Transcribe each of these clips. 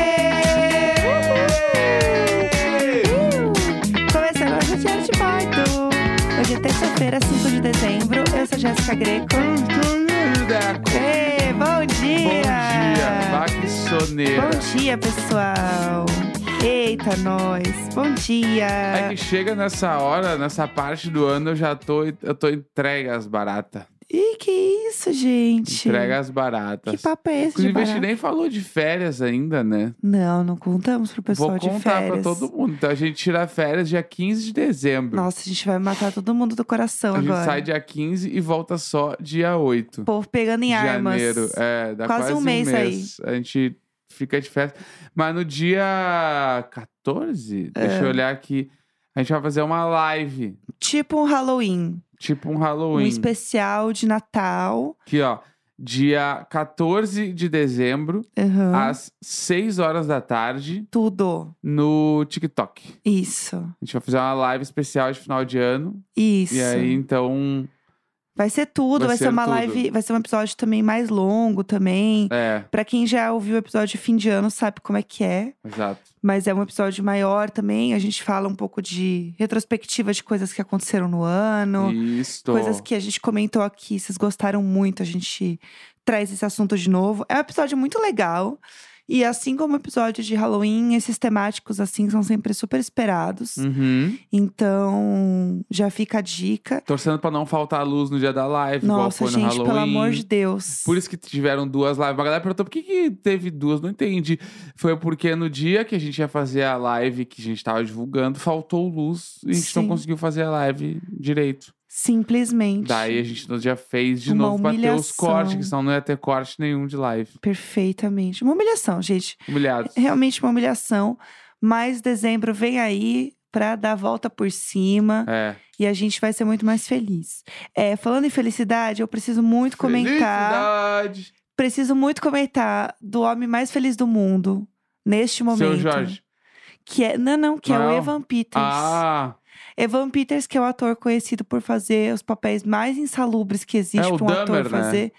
é Hoje é terça-feira, 5 de dezembro. Eu sou Jéssica Greco. Ê, bom Bom dia, dia! vaquissoneira. Bom dia, pessoal! Eita, nós! Bom dia! É que chega nessa hora, nessa parte do ano, eu já tô, eu tô entregue às baratas. Ih, que isso, gente? Entregue às Que baratas. papo é esse de Inclusive, a barato? gente nem falou de férias ainda, né? Não, não contamos pro pessoal Vou de contar pra férias. todo mundo. Então, a gente tira férias dia 15 de dezembro. Nossa, a gente vai matar todo mundo do coração a gente agora. sai dia 15 e volta só dia 8. O povo pegando em de armas. janeiro. É, dá Quase quase, um mês aí. A gente fica de festa. Mas no dia 14, É. deixa eu olhar aqui. A gente vai fazer uma live, Tipo um Halloween. tipo um Um Halloween. especial de Natal. Aqui, ó. Dia 14 de dezembro, Uhum. às 6 horas da tarde, Tudo. no TikTok. Isso. A gente vai fazer uma live especial de final de ano. Isso. E aí, então. Vai ser tudo, vai, Vai ser, ser uma tudo. live, vai ser um episódio também mais longo também. É, Pra quem já ouviu o episódio de fim de ano, sabe como é que é. exato. Mas é um episódio maior também. A gente fala um pouco de retrospectiva de coisas que aconteceram no ano, Isto. coisas que a gente comentou aqui, vocês gostaram muito. A gente traz esse assunto de novo. É um episódio muito legal. E assim como o episódio de Halloween, esses temáticos assim são sempre super esperados. Uhum. Então, já fica a dica. Torcendo pra não faltar luz no dia da live, igual Nossa, foi gente, no Halloween. pelo amor de Deus. Por isso que tiveram duas lives. Uma galera perguntou por que, que teve duas, não entendi. Foi porque no dia que a gente ia fazer a live que a gente tava divulgando, faltou luz e a gente Sim. não conseguiu fazer a live direito. Simplesmente. Daí a gente no dia fez de Uma novo pra ter os humilhação. cortes, que senão não ia ter corte nenhum de live. Perfeitamente. Uma humilhação, gente. Humilhados. Realmente uma humilhação. Mas dezembro vem aí pra dar a volta por cima É. e a gente vai ser muito mais feliz. É, falando em felicidade, eu preciso muito comentar. Felicidade. Preciso muito comentar do homem mais feliz do mundo neste Seu Um momento. Jorge. Que é. Não, não, que Não. é o Evan Peters. Ah, Evan Peters, que é o ator conhecido por fazer os papéis mais insalubres que existe É, o pra um ator Dahmer, né? fazer.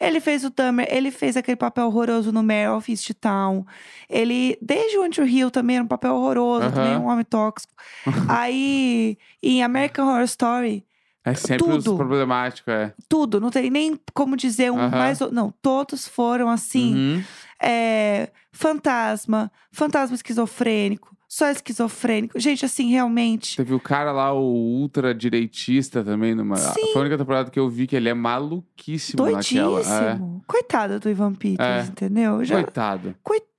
Ele fez o Dahmer, ele fez aquele papel horroroso no Mare of East Town. Ele, desde o Andrew Hill também, era um papel horroroso, Aham. também um homem tóxico. Aí, em American Horror Story, é sempre Tudo. os problemáticos, é. tudo, não tem nem como dizer um Aham. mais. ou- Não, todos foram assim. Uhum. é, fantasma, fantasma esquizofrênico, só esquizofrênico. Gente, assim, realmente. Teve o cara lá, o ultra direitista também. Numa... Sim. Foi a única temporada que eu vi que ele é maluquíssimo naquela. É. Doidíssimo. Coitado do Ivan Peters, É. entendeu? Já- Coitado.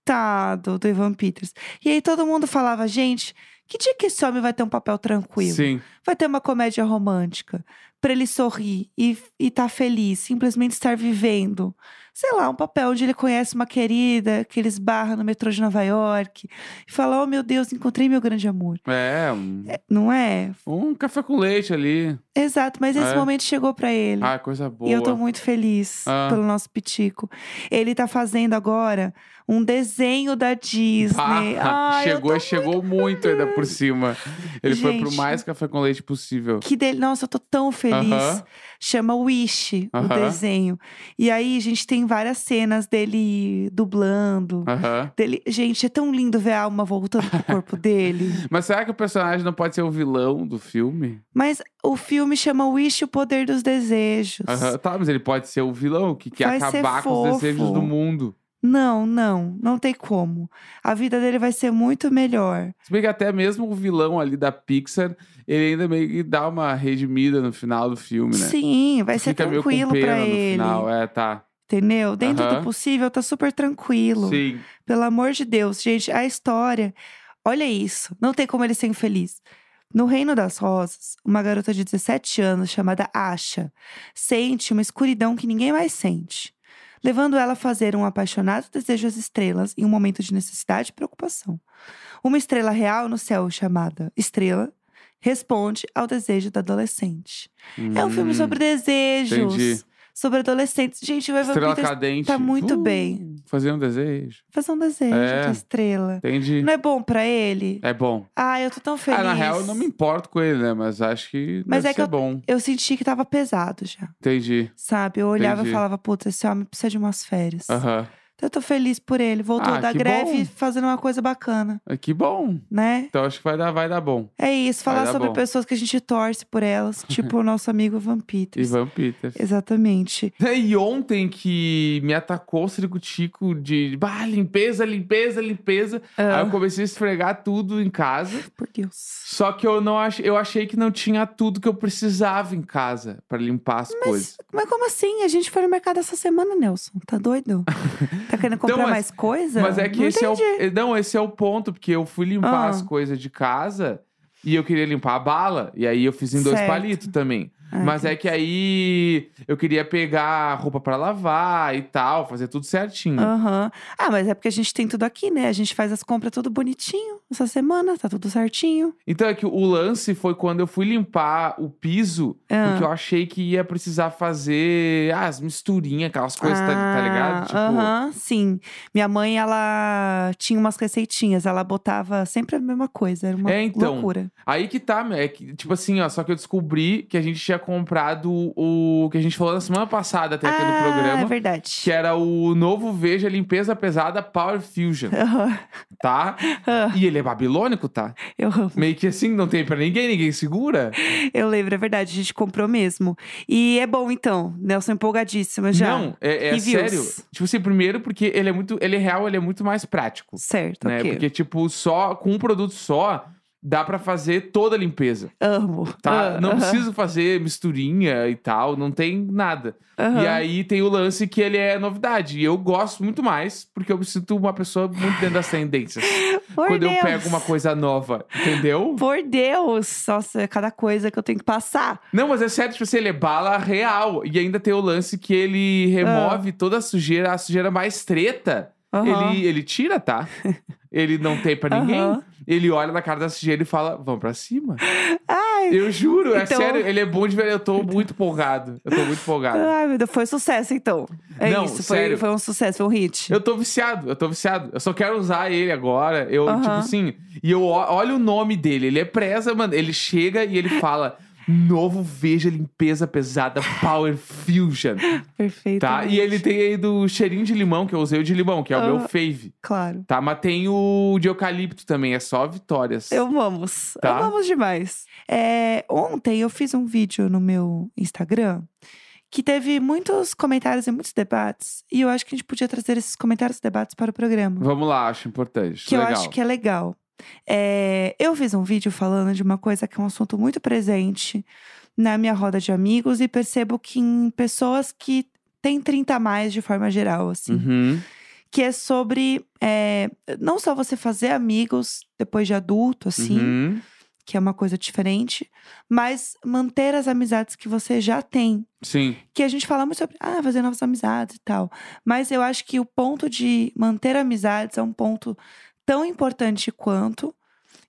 Coitado do Ivan Peters. E aí todo mundo falava, gente, que dia que esse homem vai ter um papel tranquilo? Sim. Vai ter uma comédia romântica pra ele sorrir e, e tá feliz, simplesmente estar vivendo. Sei lá, um papel onde ele conhece uma querida, que ele esbarra no metrô de Nova York e fala: Oh meu Deus, encontrei meu grande amor. É, um, Não é? um café com leite ali. Exato, mas esse É. momento chegou pra ele. Ah, coisa boa. Hum. E eu tô muito feliz Ah. pelo nosso Pitico. Ele tá fazendo agora um desenho da Disney. Pá, Ai, eu chegou, tô- chegou muito ainda por cima. Ele foi pro Gente. mais café com leite possível. Que dele, nossa, eu tô tão feliz. Aham. Chama Wish, o Aham. desenho. E aí, gente, tem várias cenas dele dublando. Aham. Dele... Gente, é tão lindo ver a alma voltando pro corpo dele. Mas será que o personagem não pode ser o vilão do filme? Mas o filme chama Wish, o poder dos desejos. Aham. Tá, mas ele pode ser o vilão que quer Vai ser acabar com fofo. os desejos do mundo. Não, não, não tem como. A vida dele vai ser muito melhor. Se bem que até mesmo o vilão ali da Pixar, ele ainda meio que dá uma redimida no final do filme, né? Sim, vai ser Fica meio com tranquilo pena pra no ele. final. É, tá. Entendeu? Dentro do Aham. possível, tá super tranquilo. Sim. Pelo amor de Deus, gente, a história. Olha isso. Não tem como ele ser infeliz. No Reino das Rosas, uma garota de 17 anos chamada Asha sente uma escuridão que ninguém mais sente, levando ela a fazer um apaixonado desejo às estrelas em um momento de necessidade e preocupação. Uma estrela real no céu chamada Estrela responde ao desejo da adolescente. É um filme Hum. sobre desejos. entendi. Sobre adolescentes. Gente, o Evan Estrela Peters cadente. tá muito Uh, bem. Fazer um desejo. fazer um desejo É. da estrela. Entendi. Não é bom pra ele? É bom. Ah, eu tô tão feliz. Ah, na real, eu não me importo com ele, né? Mas acho que Mas deve é que ser bom. Eu senti que tava pesado já, Entendi. sabe? Eu olhava Entendi. e falava, putz, esse homem precisa de umas férias. Aham. Então eu tô feliz por ele. Voltou Ah, da que greve bom. fazendo uma coisa bacana, Ah, Que bom. né? Então acho que vai dar, vai dar bom. É isso, Vai falar dar sobre bom. pessoas que a gente torce por elas, tipo o nosso amigo Van Peters. Ivan Peters. Né, Exatamente. E ontem que me atacou o circo-tico de bah, limpeza, limpeza, limpeza. Ah, Aí Ah, eu comecei a esfregar tudo em casa. Por Deus. Só que eu não ach... eu achei que não tinha tudo que eu precisava em casa pra limpar as coisas. Mas como assim? A gente foi no mercado essa semana, Nelson. Tá doido? tá querendo comprar Então, mas- mais coisa? Mas é que Não esse entendi. é o não, esse é o ponto, porque eu fui limpar Ah. as coisas de casa e eu queria limpar a bala e aí eu fiz em dois Certo. palitos também. Ah, Mas é que aí eu queria pegar a roupa pra lavar e tal, fazer tudo certinho. Aham. Ah, mas é porque a gente tem tudo aqui, né? A gente faz as compras tudo bonitinho essa semana, tá tudo certinho. Então é que o lance foi quando eu fui limpar o piso, Ah. porque eu achei que ia precisar fazer ah, as misturinhas, aquelas coisas, tá, tá ligado? Tipo, Ah, Aham, sim. Minha mãe, ela tinha umas receitinhas, ela botava sempre a mesma coisa, era uma É, então. loucura. Aí que tá, meu. É que, tipo assim, ó, só que eu descobri que a gente tinha comprado o que a gente falou na semana passada até aqui ah, no é programa. que é verdade. era o novo Veja Limpeza Pesada Power Fusion, Aham, tá? ah, E ele é babilônico, tá? Eu amo. Meio que assim, não tem pra ninguém, ninguém segura. Eu lembro, é verdade, a gente comprou mesmo. E é bom, então. Nelson empolgadíssima já. Não, é, é Reviews. sério. Tipo assim, primeiro porque ele é muito, ele é real, ele é muito mais prático, Certo, né? Tá ok. Porque tipo, só com um produto só dá pra fazer toda a limpeza, Amo. tá? Ah, não aham, preciso fazer misturinha e tal, não tem nada. aham. E aí tem o lance que ele é novidade. E eu gosto muito mais, porque eu me sinto uma pessoa muito dentro das tendências. Por quando eu Deus. pego uma coisa nova, entendeu? Por Deus! Nossa, é cada coisa que eu tenho que passar. Não, mas é sério, tipo assim, ele é bala real. E ainda tem o lance que ele remove toda a sujeira, a sujeira mais treta. Ah. Aham. Ele, ele tira, tá? Ele não tem pra ninguém. Aham. Ele olha na cara da sujeira e fala, vamos pra cima. eu juro, é Então- sério, ele é bom de ver. Eu tô muito empolgado. Eu tô muito empolgado. Ai, meu Deus, foi sucesso então. É Não, isso, foi, sério. foi um sucesso, foi um hit. Eu tô viciado, eu tô viciado. Eu só quero usar ele agora. Eu, Aham. tipo assim, e eu ó- olho o nome dele. Ele é presa, mano. Ele chega e ele fala: Novo Veja Limpeza Pesada Power Fusion. Perfeito. Tá? E ele tem aí do cheirinho de limão, que eu usei o de limão, que é o meu Aham. fave. Claro. Tá? Mas tem o de eucalipto também, é só vitórias. Eu amamos. Tá. Amamos demais. É, ontem eu fiz um vídeo no meu Instagram que teve muitos comentários e muitos debates. E eu acho que a gente podia trazer esses comentários e debates para o programa. Vamos lá, acho importante. que Legal. eu acho que é legal. É, eu fiz um vídeo falando de uma coisa que é um assunto muito presente na minha roda de amigos e percebo que em pessoas que têm 30 a mais de forma geral, assim, Uhum. que é sobre é, não só você fazer amigos depois de adulto, assim, uhum. que é uma coisa diferente, mas manter as amizades que você já tem Sim. que a gente fala muito sobre ah, fazer novas amizades e tal. Mas eu acho que o ponto de manter amizades é um ponto tão importante quanto.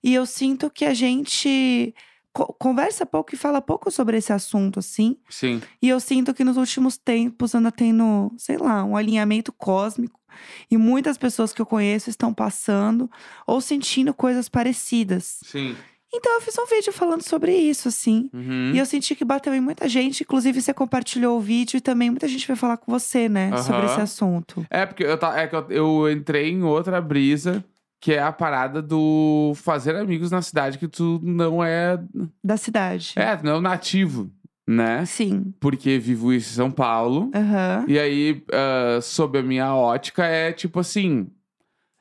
E eu sinto que a gente co- conversa pouco e fala pouco sobre esse assunto, assim. Sim. E eu sinto que nos últimos tempos anda tendo, sei lá, um alinhamento cósmico. E muitas pessoas que eu conheço estão passando ou sentindo coisas parecidas. Sim. Então eu fiz um vídeo falando sobre isso, assim. Uhum. E eu senti que bateu em muita gente, inclusive você compartilhou o vídeo e também muita gente vai falar com você, né, sobre Aham. esse assunto. É, porque eu, ta- é que eu, eu entrei em outra brisa, que é a parada do fazer amigos na cidade que tu não é. Da cidade. É, tu não é um nativo, né? Sim. Porque vivo isso em São Paulo. Aham. E aí, ah, sob a minha ótica, é tipo assim.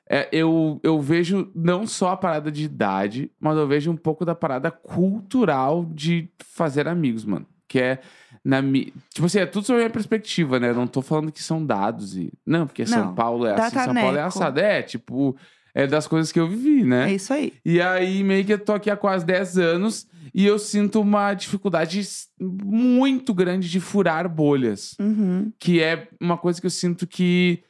é, eu, eu vejo não só a parada de idade, mas eu vejo um pouco da parada cultural de fazer amigos, mano. Que é. Na mi... Tipo assim, é tudo sobre a minha perspectiva, né? Eu não tô falando que são dados e. Não, porque São Não, tá Paulo é dá assim, São Paulo é taneco. assado. É, tipo, é das coisas que eu vivi, É. né? isso aí. E aí, meio que eu tô aqui há quase 10 anos e eu sinto uma dificuldade s- muito grande de furar bolhas Uhum. que é uma coisa que eu sinto que,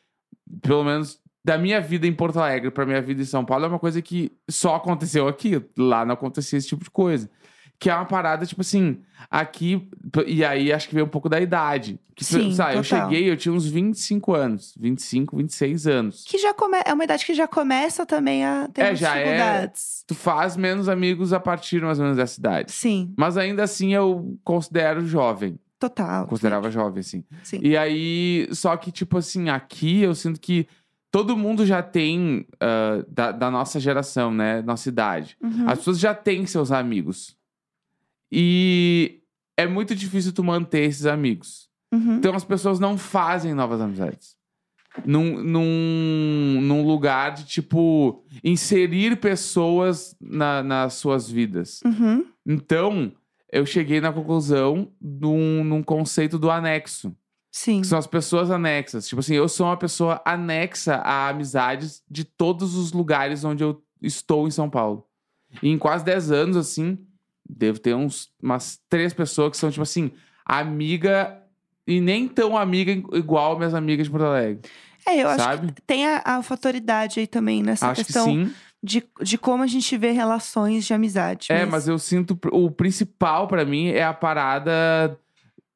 pelo menos da minha vida em Porto Alegre pra minha vida em São Paulo, é uma coisa que só aconteceu aqui. Lá não acontecia esse tipo de coisa. Que é uma parada, tipo assim, aqui. E aí acho que vem um pouco da idade. Que, Sim, sabe, eu total. cheguei, eu tinha uns 25 anos. 25, 26 anos. Que já come... é uma idade que já começa também a ter É, umas já é. dificuldades. Tu faz menos amigos a partir mais ou menos dessa idade. Sim. Mas ainda assim eu considero jovem. Total. Considerava jovem, assim. Sim. E aí, só que, tipo assim, aqui eu sinto que todo mundo já tem, ah, da, da nossa geração, né? Nossa idade. Uhum. As pessoas já têm seus amigos. E é muito difícil tu manter esses amigos. Uhum. Então as pessoas não fazem novas amizades. Num, num, num lugar de, tipo, inserir pessoas na- nas suas vidas. Uhum. Então, eu cheguei na conclusão num, num conceito do anexo. Sim. Que são as pessoas anexas. Tipo assim, eu sou uma pessoa anexa a amizades de todos os lugares onde eu estou em São Paulo. E em quase 10 anos, assim, devo ter uns, umas três pessoas que são, tipo assim, amiga e nem tão amiga i- igual minhas amigas de Porto Alegre. É, eu acho sabe? que tem a, a fatoridade aí também nessa acho que questão sim. de, de como a gente vê relações de amizade. É, mas eu sinto. pr- O principal pra mim é a parada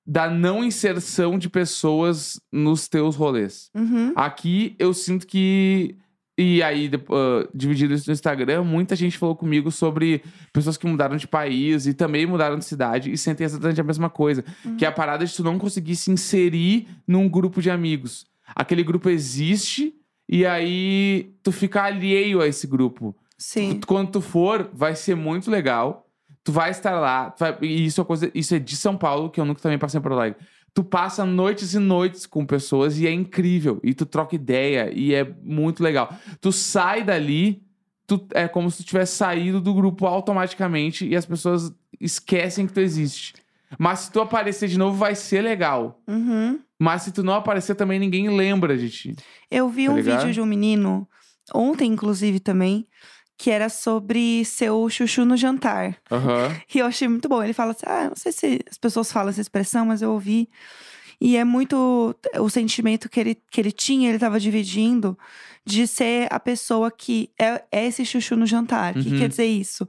da não inserção de pessoas nos teus rolês. Uhum. Aqui eu sinto que. E aí, de- ah, dividido isso no Instagram, muita gente falou comigo sobre pessoas que mudaram de país e também mudaram de cidade e sentem exatamente a mesma coisa. Uhum. Que é a parada de tu não conseguir se inserir num grupo de amigos. Aquele grupo existe e aí tu fica alheio a esse grupo. Sim. Tu- Quando tu for, vai ser muito legal. Tu vai estar lá. tu vai- e isso é, coisa, isso é de São Paulo, que eu nunca também passei em Porto Alegre. Tu passa noites e noites com pessoas e é incrível. E tu troca ideia e é muito legal. Tu sai dali, tu, é como se tu tivesse saído do grupo automaticamente e as pessoas esquecem que tu existe. Mas se tu aparecer de novo, vai ser legal. Uhum. Mas se tu não aparecer também, ninguém lembra de ti. Eu vi Tá um ligado? vídeo de um menino, ontem inclusive também, que era sobre seu chuchu no jantar. Aham. E eu achei muito bom. Ele fala assim: ah, não sei se as pessoas falam essa expressão, mas eu ouvi. E é muito o sentimento que ele, que ele tinha, ele tava dividindo, de ser a pessoa que é, é esse chuchu no jantar. O que Uhum. quer dizer isso?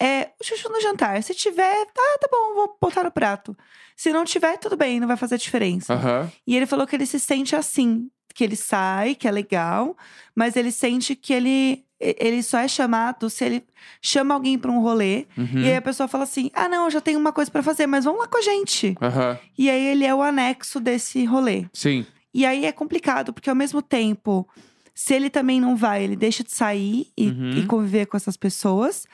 É o chuchu no jantar. Se tiver, tá, tá bom, vou botar no prato. Se não tiver, tudo bem, não vai fazer diferença. Aham. E ele falou que ele se sente assim, que ele sai, que é legal, mas ele sente que ele e- ele só é chamado se ele chama alguém pra um rolê Uhum. e aí a pessoa fala assim: "Ah, não, eu já tenho uma coisa pra fazer, mas vamos lá com a gente". Aham. E aí ele é o anexo desse rolê. Sim. E aí é complicado, porque ao mesmo tempo, se ele também não vai, ele deixa de sair e, Uhum. e conviver com essas pessoas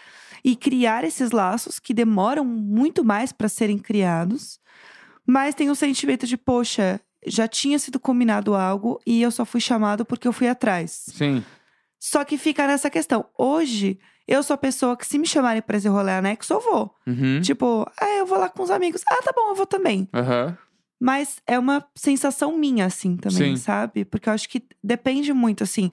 e criar esses laços que demoram muito mais para serem criados. Mas tem o sentimento de, poxa, já tinha sido combinado algo e eu só fui chamado porque eu fui atrás. Sim. Só que fica nessa questão. Hoje, eu sou a pessoa que, se me chamarem pra esse rolê anexo, eu vou. Uhum. Tipo, ah, eu vou lá com os amigos. Ah, tá bom, eu vou também. Aham. Mas é uma sensação minha, assim, também, Sim. sabe? Porque eu acho que depende muito, assim.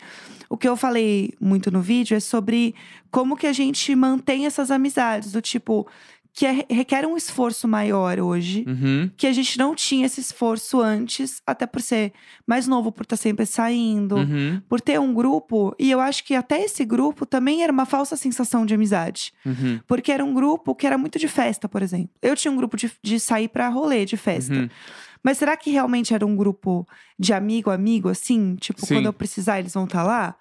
O que eu falei muito no vídeo é sobre como que a gente mantém essas amizades, do tipo, que é- requer um esforço maior hoje. Uhum. Que a gente não tinha esse esforço antes, até por ser mais novo, por estar sempre saindo, Uhum. por ter um grupo. E eu acho que até esse grupo também era uma falsa sensação de amizade. Uhum. Porque era um grupo que era muito de festa, por exemplo. Eu tinha um grupo de, de sair pra rolê de festa. Uhum. Mas será que realmente era um grupo de amigo, amigo, assim? Tipo, Sim. quando eu precisar, eles vão estar lá?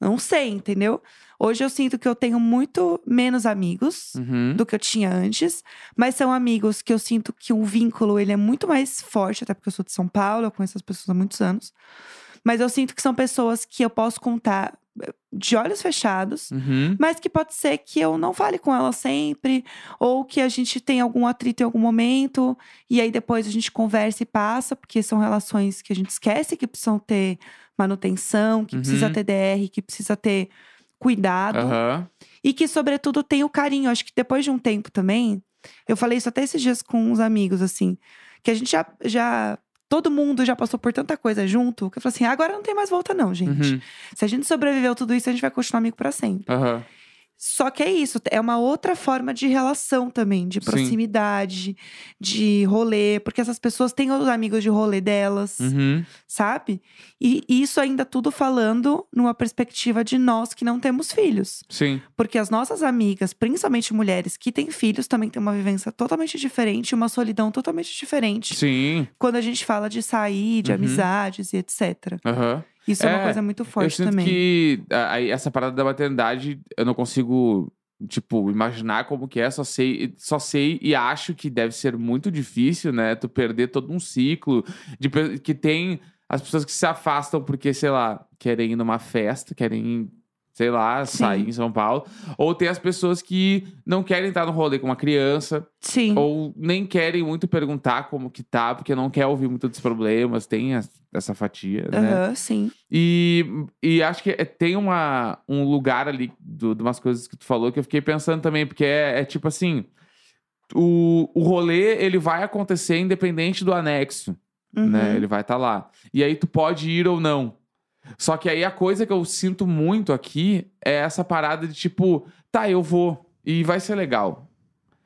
Não sei, entendeu? Hoje eu sinto que eu tenho muito menos amigos Uhum. do que eu tinha antes. Mas são amigos que eu sinto que o vínculo, ele é muito mais forte. Até porque eu sou de São Paulo, eu conheço as pessoas há muitos anos. Mas eu sinto que são pessoas que eu posso contar eh, de olhos fechados. Uhum. Mas que pode ser que eu não fale com ela sempre, ou que a gente tenha algum atrito em algum momento, e aí depois a gente conversa e passa, porque são relações que a gente esquece que precisam ter manutenção, que precisa Uhum. ter DR, que precisa ter cuidado, Aham. e que, sobretudo, tem o carinho. Acho que depois de um tempo também, eu falei isso até esses dias com uns amigos, assim, que a gente já. já Todo mundo já passou por tanta coisa junto que eu falei assim: agora não tem mais volta, não, gente. Uhum. Se a gente sobreviveu tudo isso, a gente vai continuar amigo pra sempre. Aham. Só que é isso, é uma outra forma de relação também, de Sim. proximidade, de rolê, porque essas pessoas têm os amigos de rolê delas, Uhum. sabe? E isso ainda tudo falando numa perspectiva de nós que não temos filhos. Sim. Porque as nossas amigas, principalmente mulheres que têm filhos, também têm uma vivência totalmente diferente, uma solidão totalmente diferente Sim. quando a gente fala de sair, de Uhum. amizades e etc. Aham. Isso é, uma É, coisa muito Eu forte sinto também. que ah, aí essa parada da maternidade eu não consigo tipo, imaginar como que é, só sei, só sei e acho que deve ser muito difícil, né? Tu perder todo um ciclo de pe- que tem as pessoas que se afastam porque, sei lá, querem ir numa festa, querem, sei lá, Sim. sair em São Paulo, ou tem as pessoas que não querem estar no rolê com uma criança, Sim. ou nem querem muito perguntar como que tá, porque não quer ouvir muito dos problemas, tem as- essa fatia, né? Aham, sim. E, e acho que é- tem uma, um lugar ali do- de umas coisas que tu falou que eu fiquei pensando também, porque é, é tipo assim: o, o rolê ele vai acontecer independente do anexo, né? Uhum. Ele vai estar lá. E aí tu pode ir ou não. Só que aí a coisa que eu sinto muito aqui é essa parada de tipo, tá, eu vou e vai ser legal.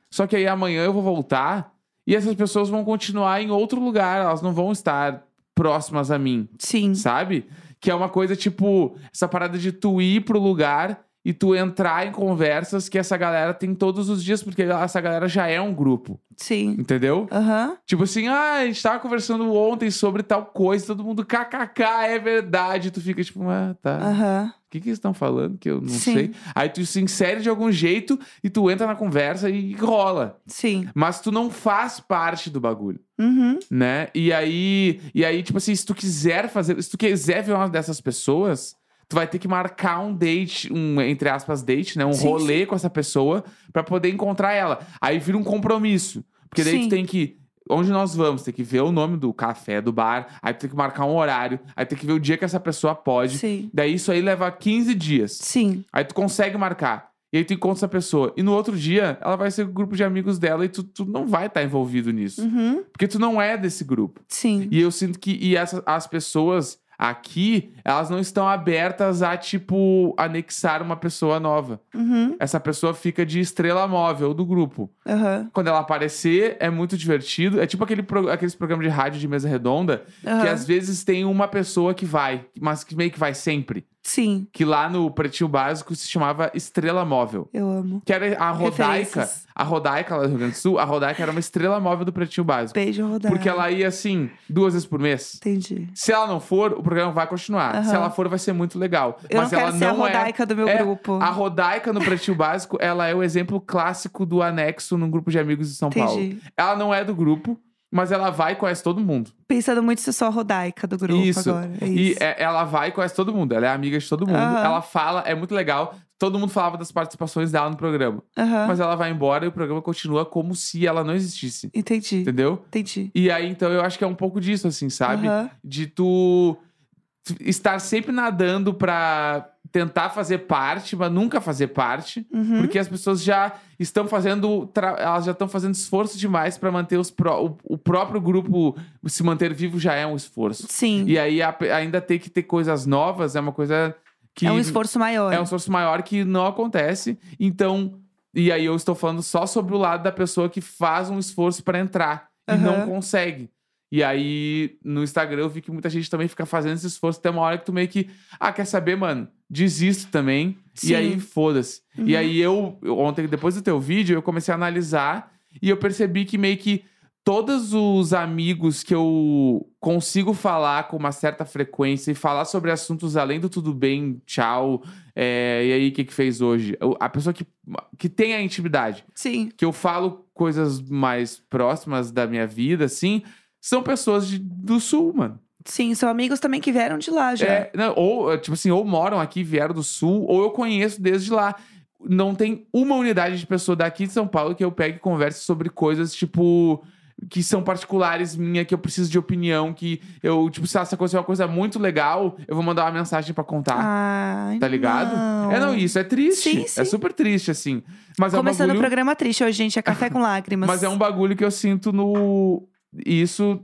Só que aí amanhã eu vou voltar e essas pessoas vão continuar em outro lugar, elas não vão estar próximas a mim Sim. sabe? Que é uma coisa tipo, essa parada de tu ir pro lugar e tu entrar em conversas que essa galera tem todos os dias, porque essa galera já é um grupo, Sim. entendeu? Aham. Tipo assim, ah, a gente tava conversando ontem sobre tal coisa, todo mundo kkk, é verdade. Tu fica tipo, ah, tá. Aham. O que que eles estão falando que eu não Sim. sei? Aí tu se insere de algum jeito e tu entra na conversa e rola. Sim. Mas tu não faz parte do bagulho Uhum. né? E aí, e aí, tipo assim, se tu quiser fazer, se tu quiser ver uma dessas pessoas, tu vai ter que marcar um date, um entre aspas date, né, um Sim, rolê com essa pessoa pra poder encontrar ela. Aí vira um compromisso, porque daí Sim. tu tem que Onde nós vamos? Tem que ver o nome do café, do bar, aí tu tem que marcar um horário, aí tem que ver o dia que essa pessoa pode. Sim. Daí isso aí leva 15 dias. Sim. Aí tu consegue marcar. E aí tu encontra essa pessoa. E no outro dia, ela vai ser o grupo de amigos dela e tu, tu não vai estar envolvido nisso. Uhum. Porque tu não é desse grupo. Sim. E eu sinto que e essa- as pessoas aqui, elas não estão abertas a, tipo, anexar uma pessoa nova. Uhum. Essa pessoa fica de estrela móvel do grupo. Aham. Quando ela aparecer, é muito divertido. É tipo aquele pro- aqueles programas de rádio de mesa redonda, que Aham. às vezes tem uma pessoa que vai, mas que meio que vai sempre. Sim. Que lá no Pretinho Básico se chamava Estrela Móvel. Eu amo. Que era a Rodaica. Referências. A Rodaica lá do Rio Grande do Sul, a Rodaica era uma estrela móvel do Pretinho Básico. Beijo, rodar. Porque ela ia assim, duas vezes por mês. Entendi. Se ela não for, o programa vai continuar. Aham. Se ela for, vai ser muito legal. Eu Mas não quero ela ser não a rodaica do meu é grupo. é. A Rodaica no Pretinho Básico, ela é o exemplo clássico do anexo num grupo de amigos de São Paulo. Entendi. Ela não é do grupo, mas ela vai e conhece todo mundo. Pensando muito se eu sou a rodaica do grupo Isso. agora. É E isso. é- ela vai e conhece todo mundo. Ela é amiga de todo mundo. Aham. Ela fala, é muito legal. Todo mundo falava das participações dela no programa. Aham. Mas ela vai embora e o programa continua como se ela não existisse. Entendi. Entendeu? Entendi. E aí, então, eu acho que é um pouco disso, assim, sabe? Aham. de tu estar sempre nadando pra tentar fazer parte, mas nunca fazer parte, Uhum. porque as pessoas já estão fazendo, tra- elas já estão fazendo esforço demais pra manter os pró- o, o próprio grupo se manter vivo já é um esforço. Sim. E aí a- ainda ter que ter coisas novas é uma coisa que É um esforço maior. é um esforço maior que não acontece. Então, e aí eu estou falando só sobre o lado da pessoa que faz um esforço para entrar e Aham. não consegue. E aí, no Instagram, eu vi que muita gente também fica fazendo esse esforço até uma hora que tu meio que, ah, quer saber, mano? Desisto também. Sim. E aí, foda-se. E aí, eu, eu- ontem, depois do teu vídeo, eu comecei a analisar e eu percebi que meio que todos os amigos que eu consigo falar com uma certa frequência e falar sobre assuntos além do tudo bem, tchau, é, e aí, o que, que fez hoje? Eu- a pessoa que, que tem a intimidade, Sim. que eu falo coisas mais próximas da minha vida, assim, são pessoas de- do sul, mano. Sim, são amigos também que vieram de lá já. É, não, ou, é, tipo assim, ou moram aqui, vieram do sul, ou eu conheço desde lá. Não tem uma unidade de pessoa daqui de São Paulo que eu pegue e converse sobre coisas, tipo. Que são particulares minha, que eu preciso de opinião, que eu, tipo, se essa coisa é uma coisa muito legal, eu vou mandar uma mensagem pra contar. Ai, Tá ligado? Não. É, não, isso é triste. Sim, sim. É super triste, assim. Mas Começando é um o bagulho, programa triste hoje, gente. É café com lágrimas. Mas é um bagulho que eu sinto no. Isso.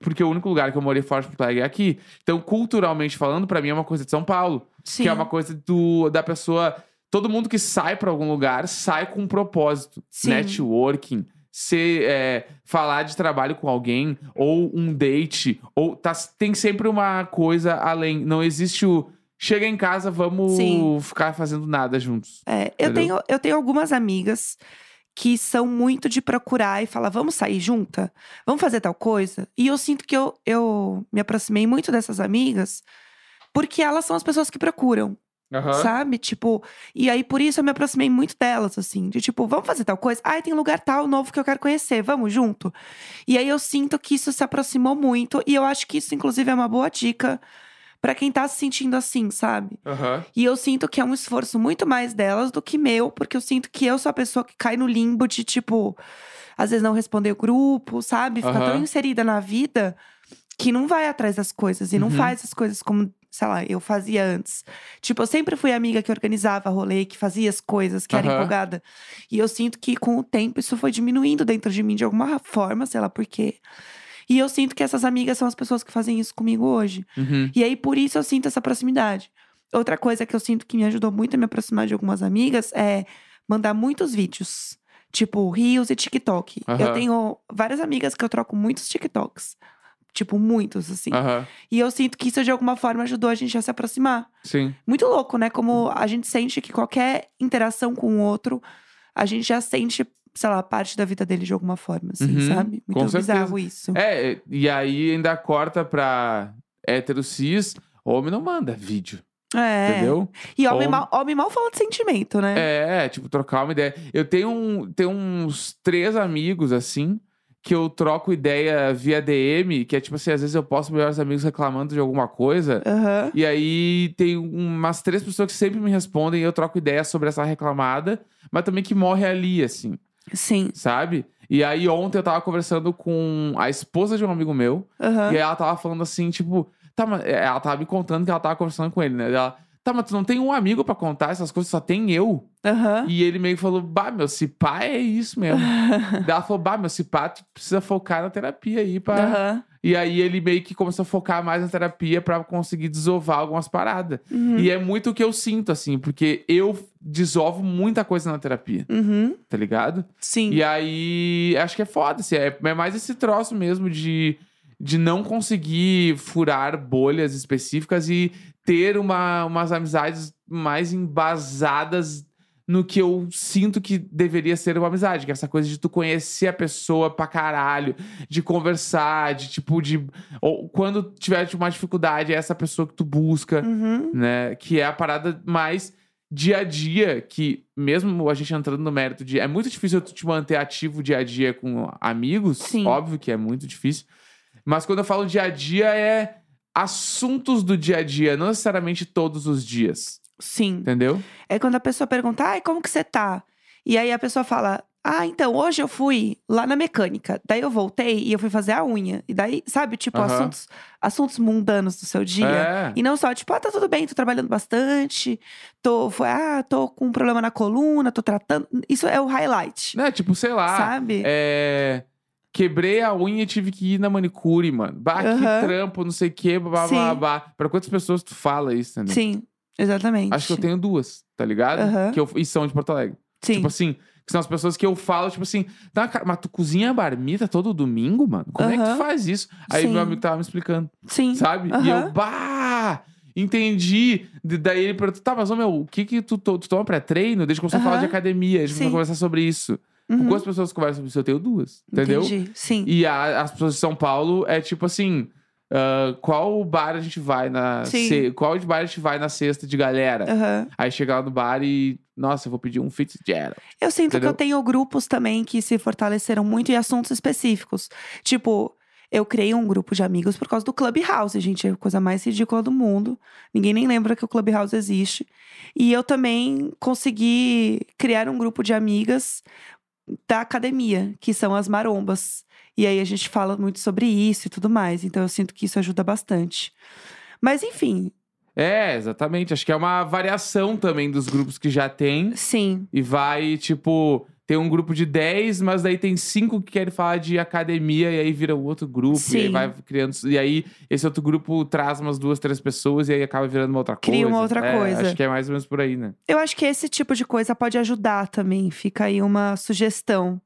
Porque o único lugar que eu morei fora de Porto Alegre é aqui. Então, culturalmente falando, pra mim é uma coisa de São Paulo. Sim. Que é uma coisa do, da pessoa. Todo mundo que sai pra algum lugar sai com um propósito. Sim. Networking. Ser, é, falar de trabalho com alguém, ou um date, ou tá, tem sempre uma coisa além. Não existe o chega em casa, vamos Sim. ficar fazendo nada juntos. É, eu, Entendeu? tenho, eu tenho algumas amigas que são muito de procurar e falar, vamos sair junta? Vamos fazer tal coisa? E eu sinto que eu, eu me aproximei muito dessas amigas porque elas são as pessoas que procuram. Aham. Sabe? Tipo, e aí por isso eu me aproximei muito delas, assim, de tipo, vamos fazer tal coisa? Ai, tem lugar tal novo que eu quero conhecer, vamos junto. E aí eu sinto que isso se aproximou muito, e eu acho que isso, inclusive, é uma boa dica pra quem tá se sentindo assim, sabe? Aham. E eu sinto que é um esforço muito mais delas do que meu, porque eu sinto que eu sou a pessoa que cai no limbo de, tipo, às vezes não responder o grupo, sabe? Fica Aham. tão inserida na vida que não vai atrás das coisas e não Uhum. faz as coisas como, sei lá, eu fazia antes. Tipo, eu sempre fui a amiga que organizava rolê, que fazia as coisas, que era Aham. empolgada. E eu sinto que com o tempo isso foi diminuindo dentro de mim de alguma forma, sei lá por quê. E eu sinto que essas amigas são as pessoas que fazem isso comigo hoje. Uhum. E aí, por isso, eu sinto essa proximidade. Outra coisa que eu sinto que me ajudou muito a me aproximar de algumas amigas é mandar muitos vídeos. Tipo, Reels e TikTok. Aham. Eu tenho várias amigas que eu troco muitos TikToks. Tipo, muitos, assim. Aham. E eu sinto que isso, de alguma forma, ajudou a gente a se aproximar. Sim. Muito louco, né? Como a gente sente que qualquer interação com o outro, a gente já sente, sei lá, parte da vida dele de alguma forma, assim, Uhum, sabe? com Muito certeza. bizarro isso. É, e aí ainda corta pra hétero cis, homem não manda vídeo, É. entendeu? E homem, Ou- mal, homem mal fala de sentimento, né? É, tipo, trocar uma ideia. Eu tenho, um, tenho uns três amigos, assim, que eu troco ideia via DM, que é tipo assim, às vezes eu posto melhores amigos reclamando de alguma coisa. Aham. E aí tem umas três pessoas que sempre me respondem e eu troco ideia sobre essa reclamada, mas também que morre ali, assim, Sim. sabe? E aí ontem eu tava conversando com a esposa de um amigo meu, Aham. e aí ela tava falando assim, tipo, tá, mas é, ela tava me contando que ela tava conversando com ele, né? Ela, tá, mas tu não tem um amigo pra contar essas coisas, só tem eu. Aham. E ele meio que falou, bah, meu, se pá é isso mesmo. Daí ela falou, bah, meu, se pá, tu precisa focar na terapia aí pra. Aham. E aí ele meio que começou a focar mais na terapia pra conseguir desovar algumas paradas. Uhum. E é muito o que eu sinto, assim, porque eu desovo muita coisa na terapia, Uhum. tá ligado? Sim. E aí, acho que é foda, assim, é, é mais esse troço mesmo de, de não conseguir furar bolhas específicas e ter uma, umas amizades mais embasadas no que eu sinto que deveria ser uma amizade, que é essa coisa de tu conhecer a pessoa pra caralho, de conversar, de tipo, de. Ou quando tiver tipo, uma dificuldade, é essa pessoa que tu busca Uhum. né? Que é a parada mais dia a dia, que mesmo a gente entrando no mérito de. É muito difícil tu te manter ativo dia a dia com amigos, Sim. óbvio que é muito difícil. Mas quando eu falo dia a dia, é assuntos do dia a dia, não necessariamente todos os dias, Sim. entendeu? É quando a pessoa pergunta, ai, como que você tá? E aí a pessoa fala, ah, então, hoje eu fui lá na mecânica. Daí eu voltei e eu fui fazer a unha. E daí, sabe, tipo, Aham. assuntos, assuntos mundanos do seu dia. É. E não só, tipo, ah, tá tudo bem, tô trabalhando bastante. Tô, foi, ah, tô com um problema na coluna, tô tratando. Isso é o highlight, Né, tipo, sei lá. sabe? É. Quebrei a unha e tive que ir na manicure, mano. Bah, Aham. que trampo, não sei o quê, blá, Sim. blá, blá. Pra quantas pessoas tu fala isso, entendeu? Sim, exatamente. é. Acho que eu tenho duas, tá ligado? Aham. que eu, e são de Porto Alegre. Sim. Tipo assim, que são as pessoas que eu falo, tipo assim, tá, cara, mas tu cozinha a marmita todo domingo, mano? Como é que tu Aham. faz isso? Aí Sim. meu amigo tava me explicando, Sim. tipo, sabe? E Aham. eu, bah! Entendi. De- Daí ele perguntou, tá, mas ô meu, o que que tu, to- tu toma pré-treino? Deixa eu começar a falar de Aham. academia, deixa eu começar a Sim. conversar sobre isso. Uhum. Quantas pessoas conversam sobre isso? Eu tenho duas, entendeu? Entendi. Sim. E a- as pessoas de São Paulo é tipo assim. ah, qual bar a gente vai na Sim. se- qual de bar a gente vai na sexta de galera? Aham. Aí chega lá no bar e, nossa, eu vou pedir um Fitzgerald. Eu sinto Entendeu? que eu tenho grupos também que se fortaleceram muito em assuntos específicos. Tipo, eu criei um grupo de amigos por causa do Clubhouse, gente. É a coisa mais ridícula do mundo. Ninguém nem lembra que o Clubhouse existe. E eu também consegui criar um grupo de amigas da academia, que são as marombas. E aí a gente fala muito sobre isso e tudo mais. Então eu sinto que isso ajuda bastante. Mas enfim, É, exatamente. Acho que é uma variação também dos grupos que já tem. sim. E vai, tipo, tem um grupo de 10, mas daí tem cinco que querem falar de academia, e aí vira um outro grupo, e aí Sim. vai criando. E aí esse outro grupo traz umas duas, três pessoas, e aí acaba virando uma outra coisa. Cria uma outra É, coisa. Acho que é mais ou menos por aí, né? Eu acho que esse tipo de coisa pode ajudar também. Fica aí uma sugestão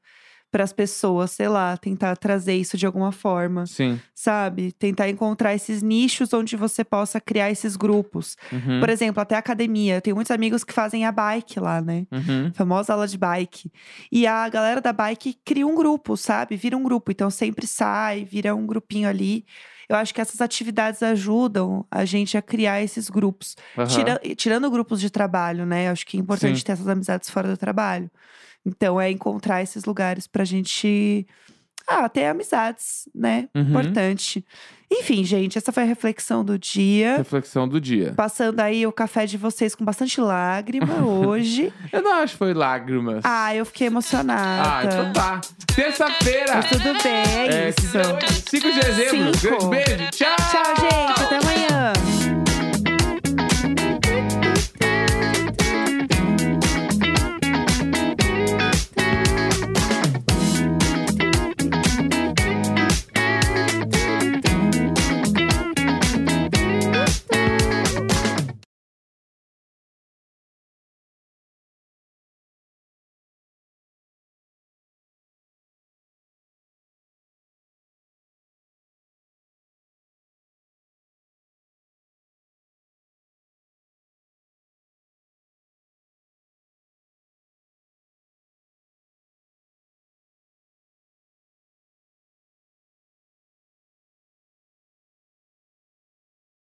para as pessoas, sei lá, tentar trazer isso de alguma forma, Sim. sabe? Tentar encontrar esses nichos onde você possa criar esses grupos. Uhum. Por exemplo, até a academia. Eu tenho muitos amigos que fazem a bike lá, né? Uhum. Famosa aula de bike. E a galera da bike cria um grupo, sabe? Vira um grupo. Então sempre sai, vira um grupinho ali. Eu acho que essas atividades ajudam a gente a criar esses grupos. Aham. Tira- tirando grupos de trabalho, né? Eu acho que é importante Sim. ter essas amizades fora do trabalho. Então, é encontrar esses lugares pra gente ah, ter amizades, né? Uhum. Importante. Enfim, gente, essa foi a reflexão do dia. Reflexão do dia. Passando aí o café de vocês com bastante lágrima hoje. Eu não acho que foi lágrimas. Ah, eu fiquei Ah, então emocionada. tá. Terça-feira. Mas tudo bem, é É, isso. 5 de dezembro. Cinco. Grande beijo. Tchau. Tchau, gente. Até amanhã.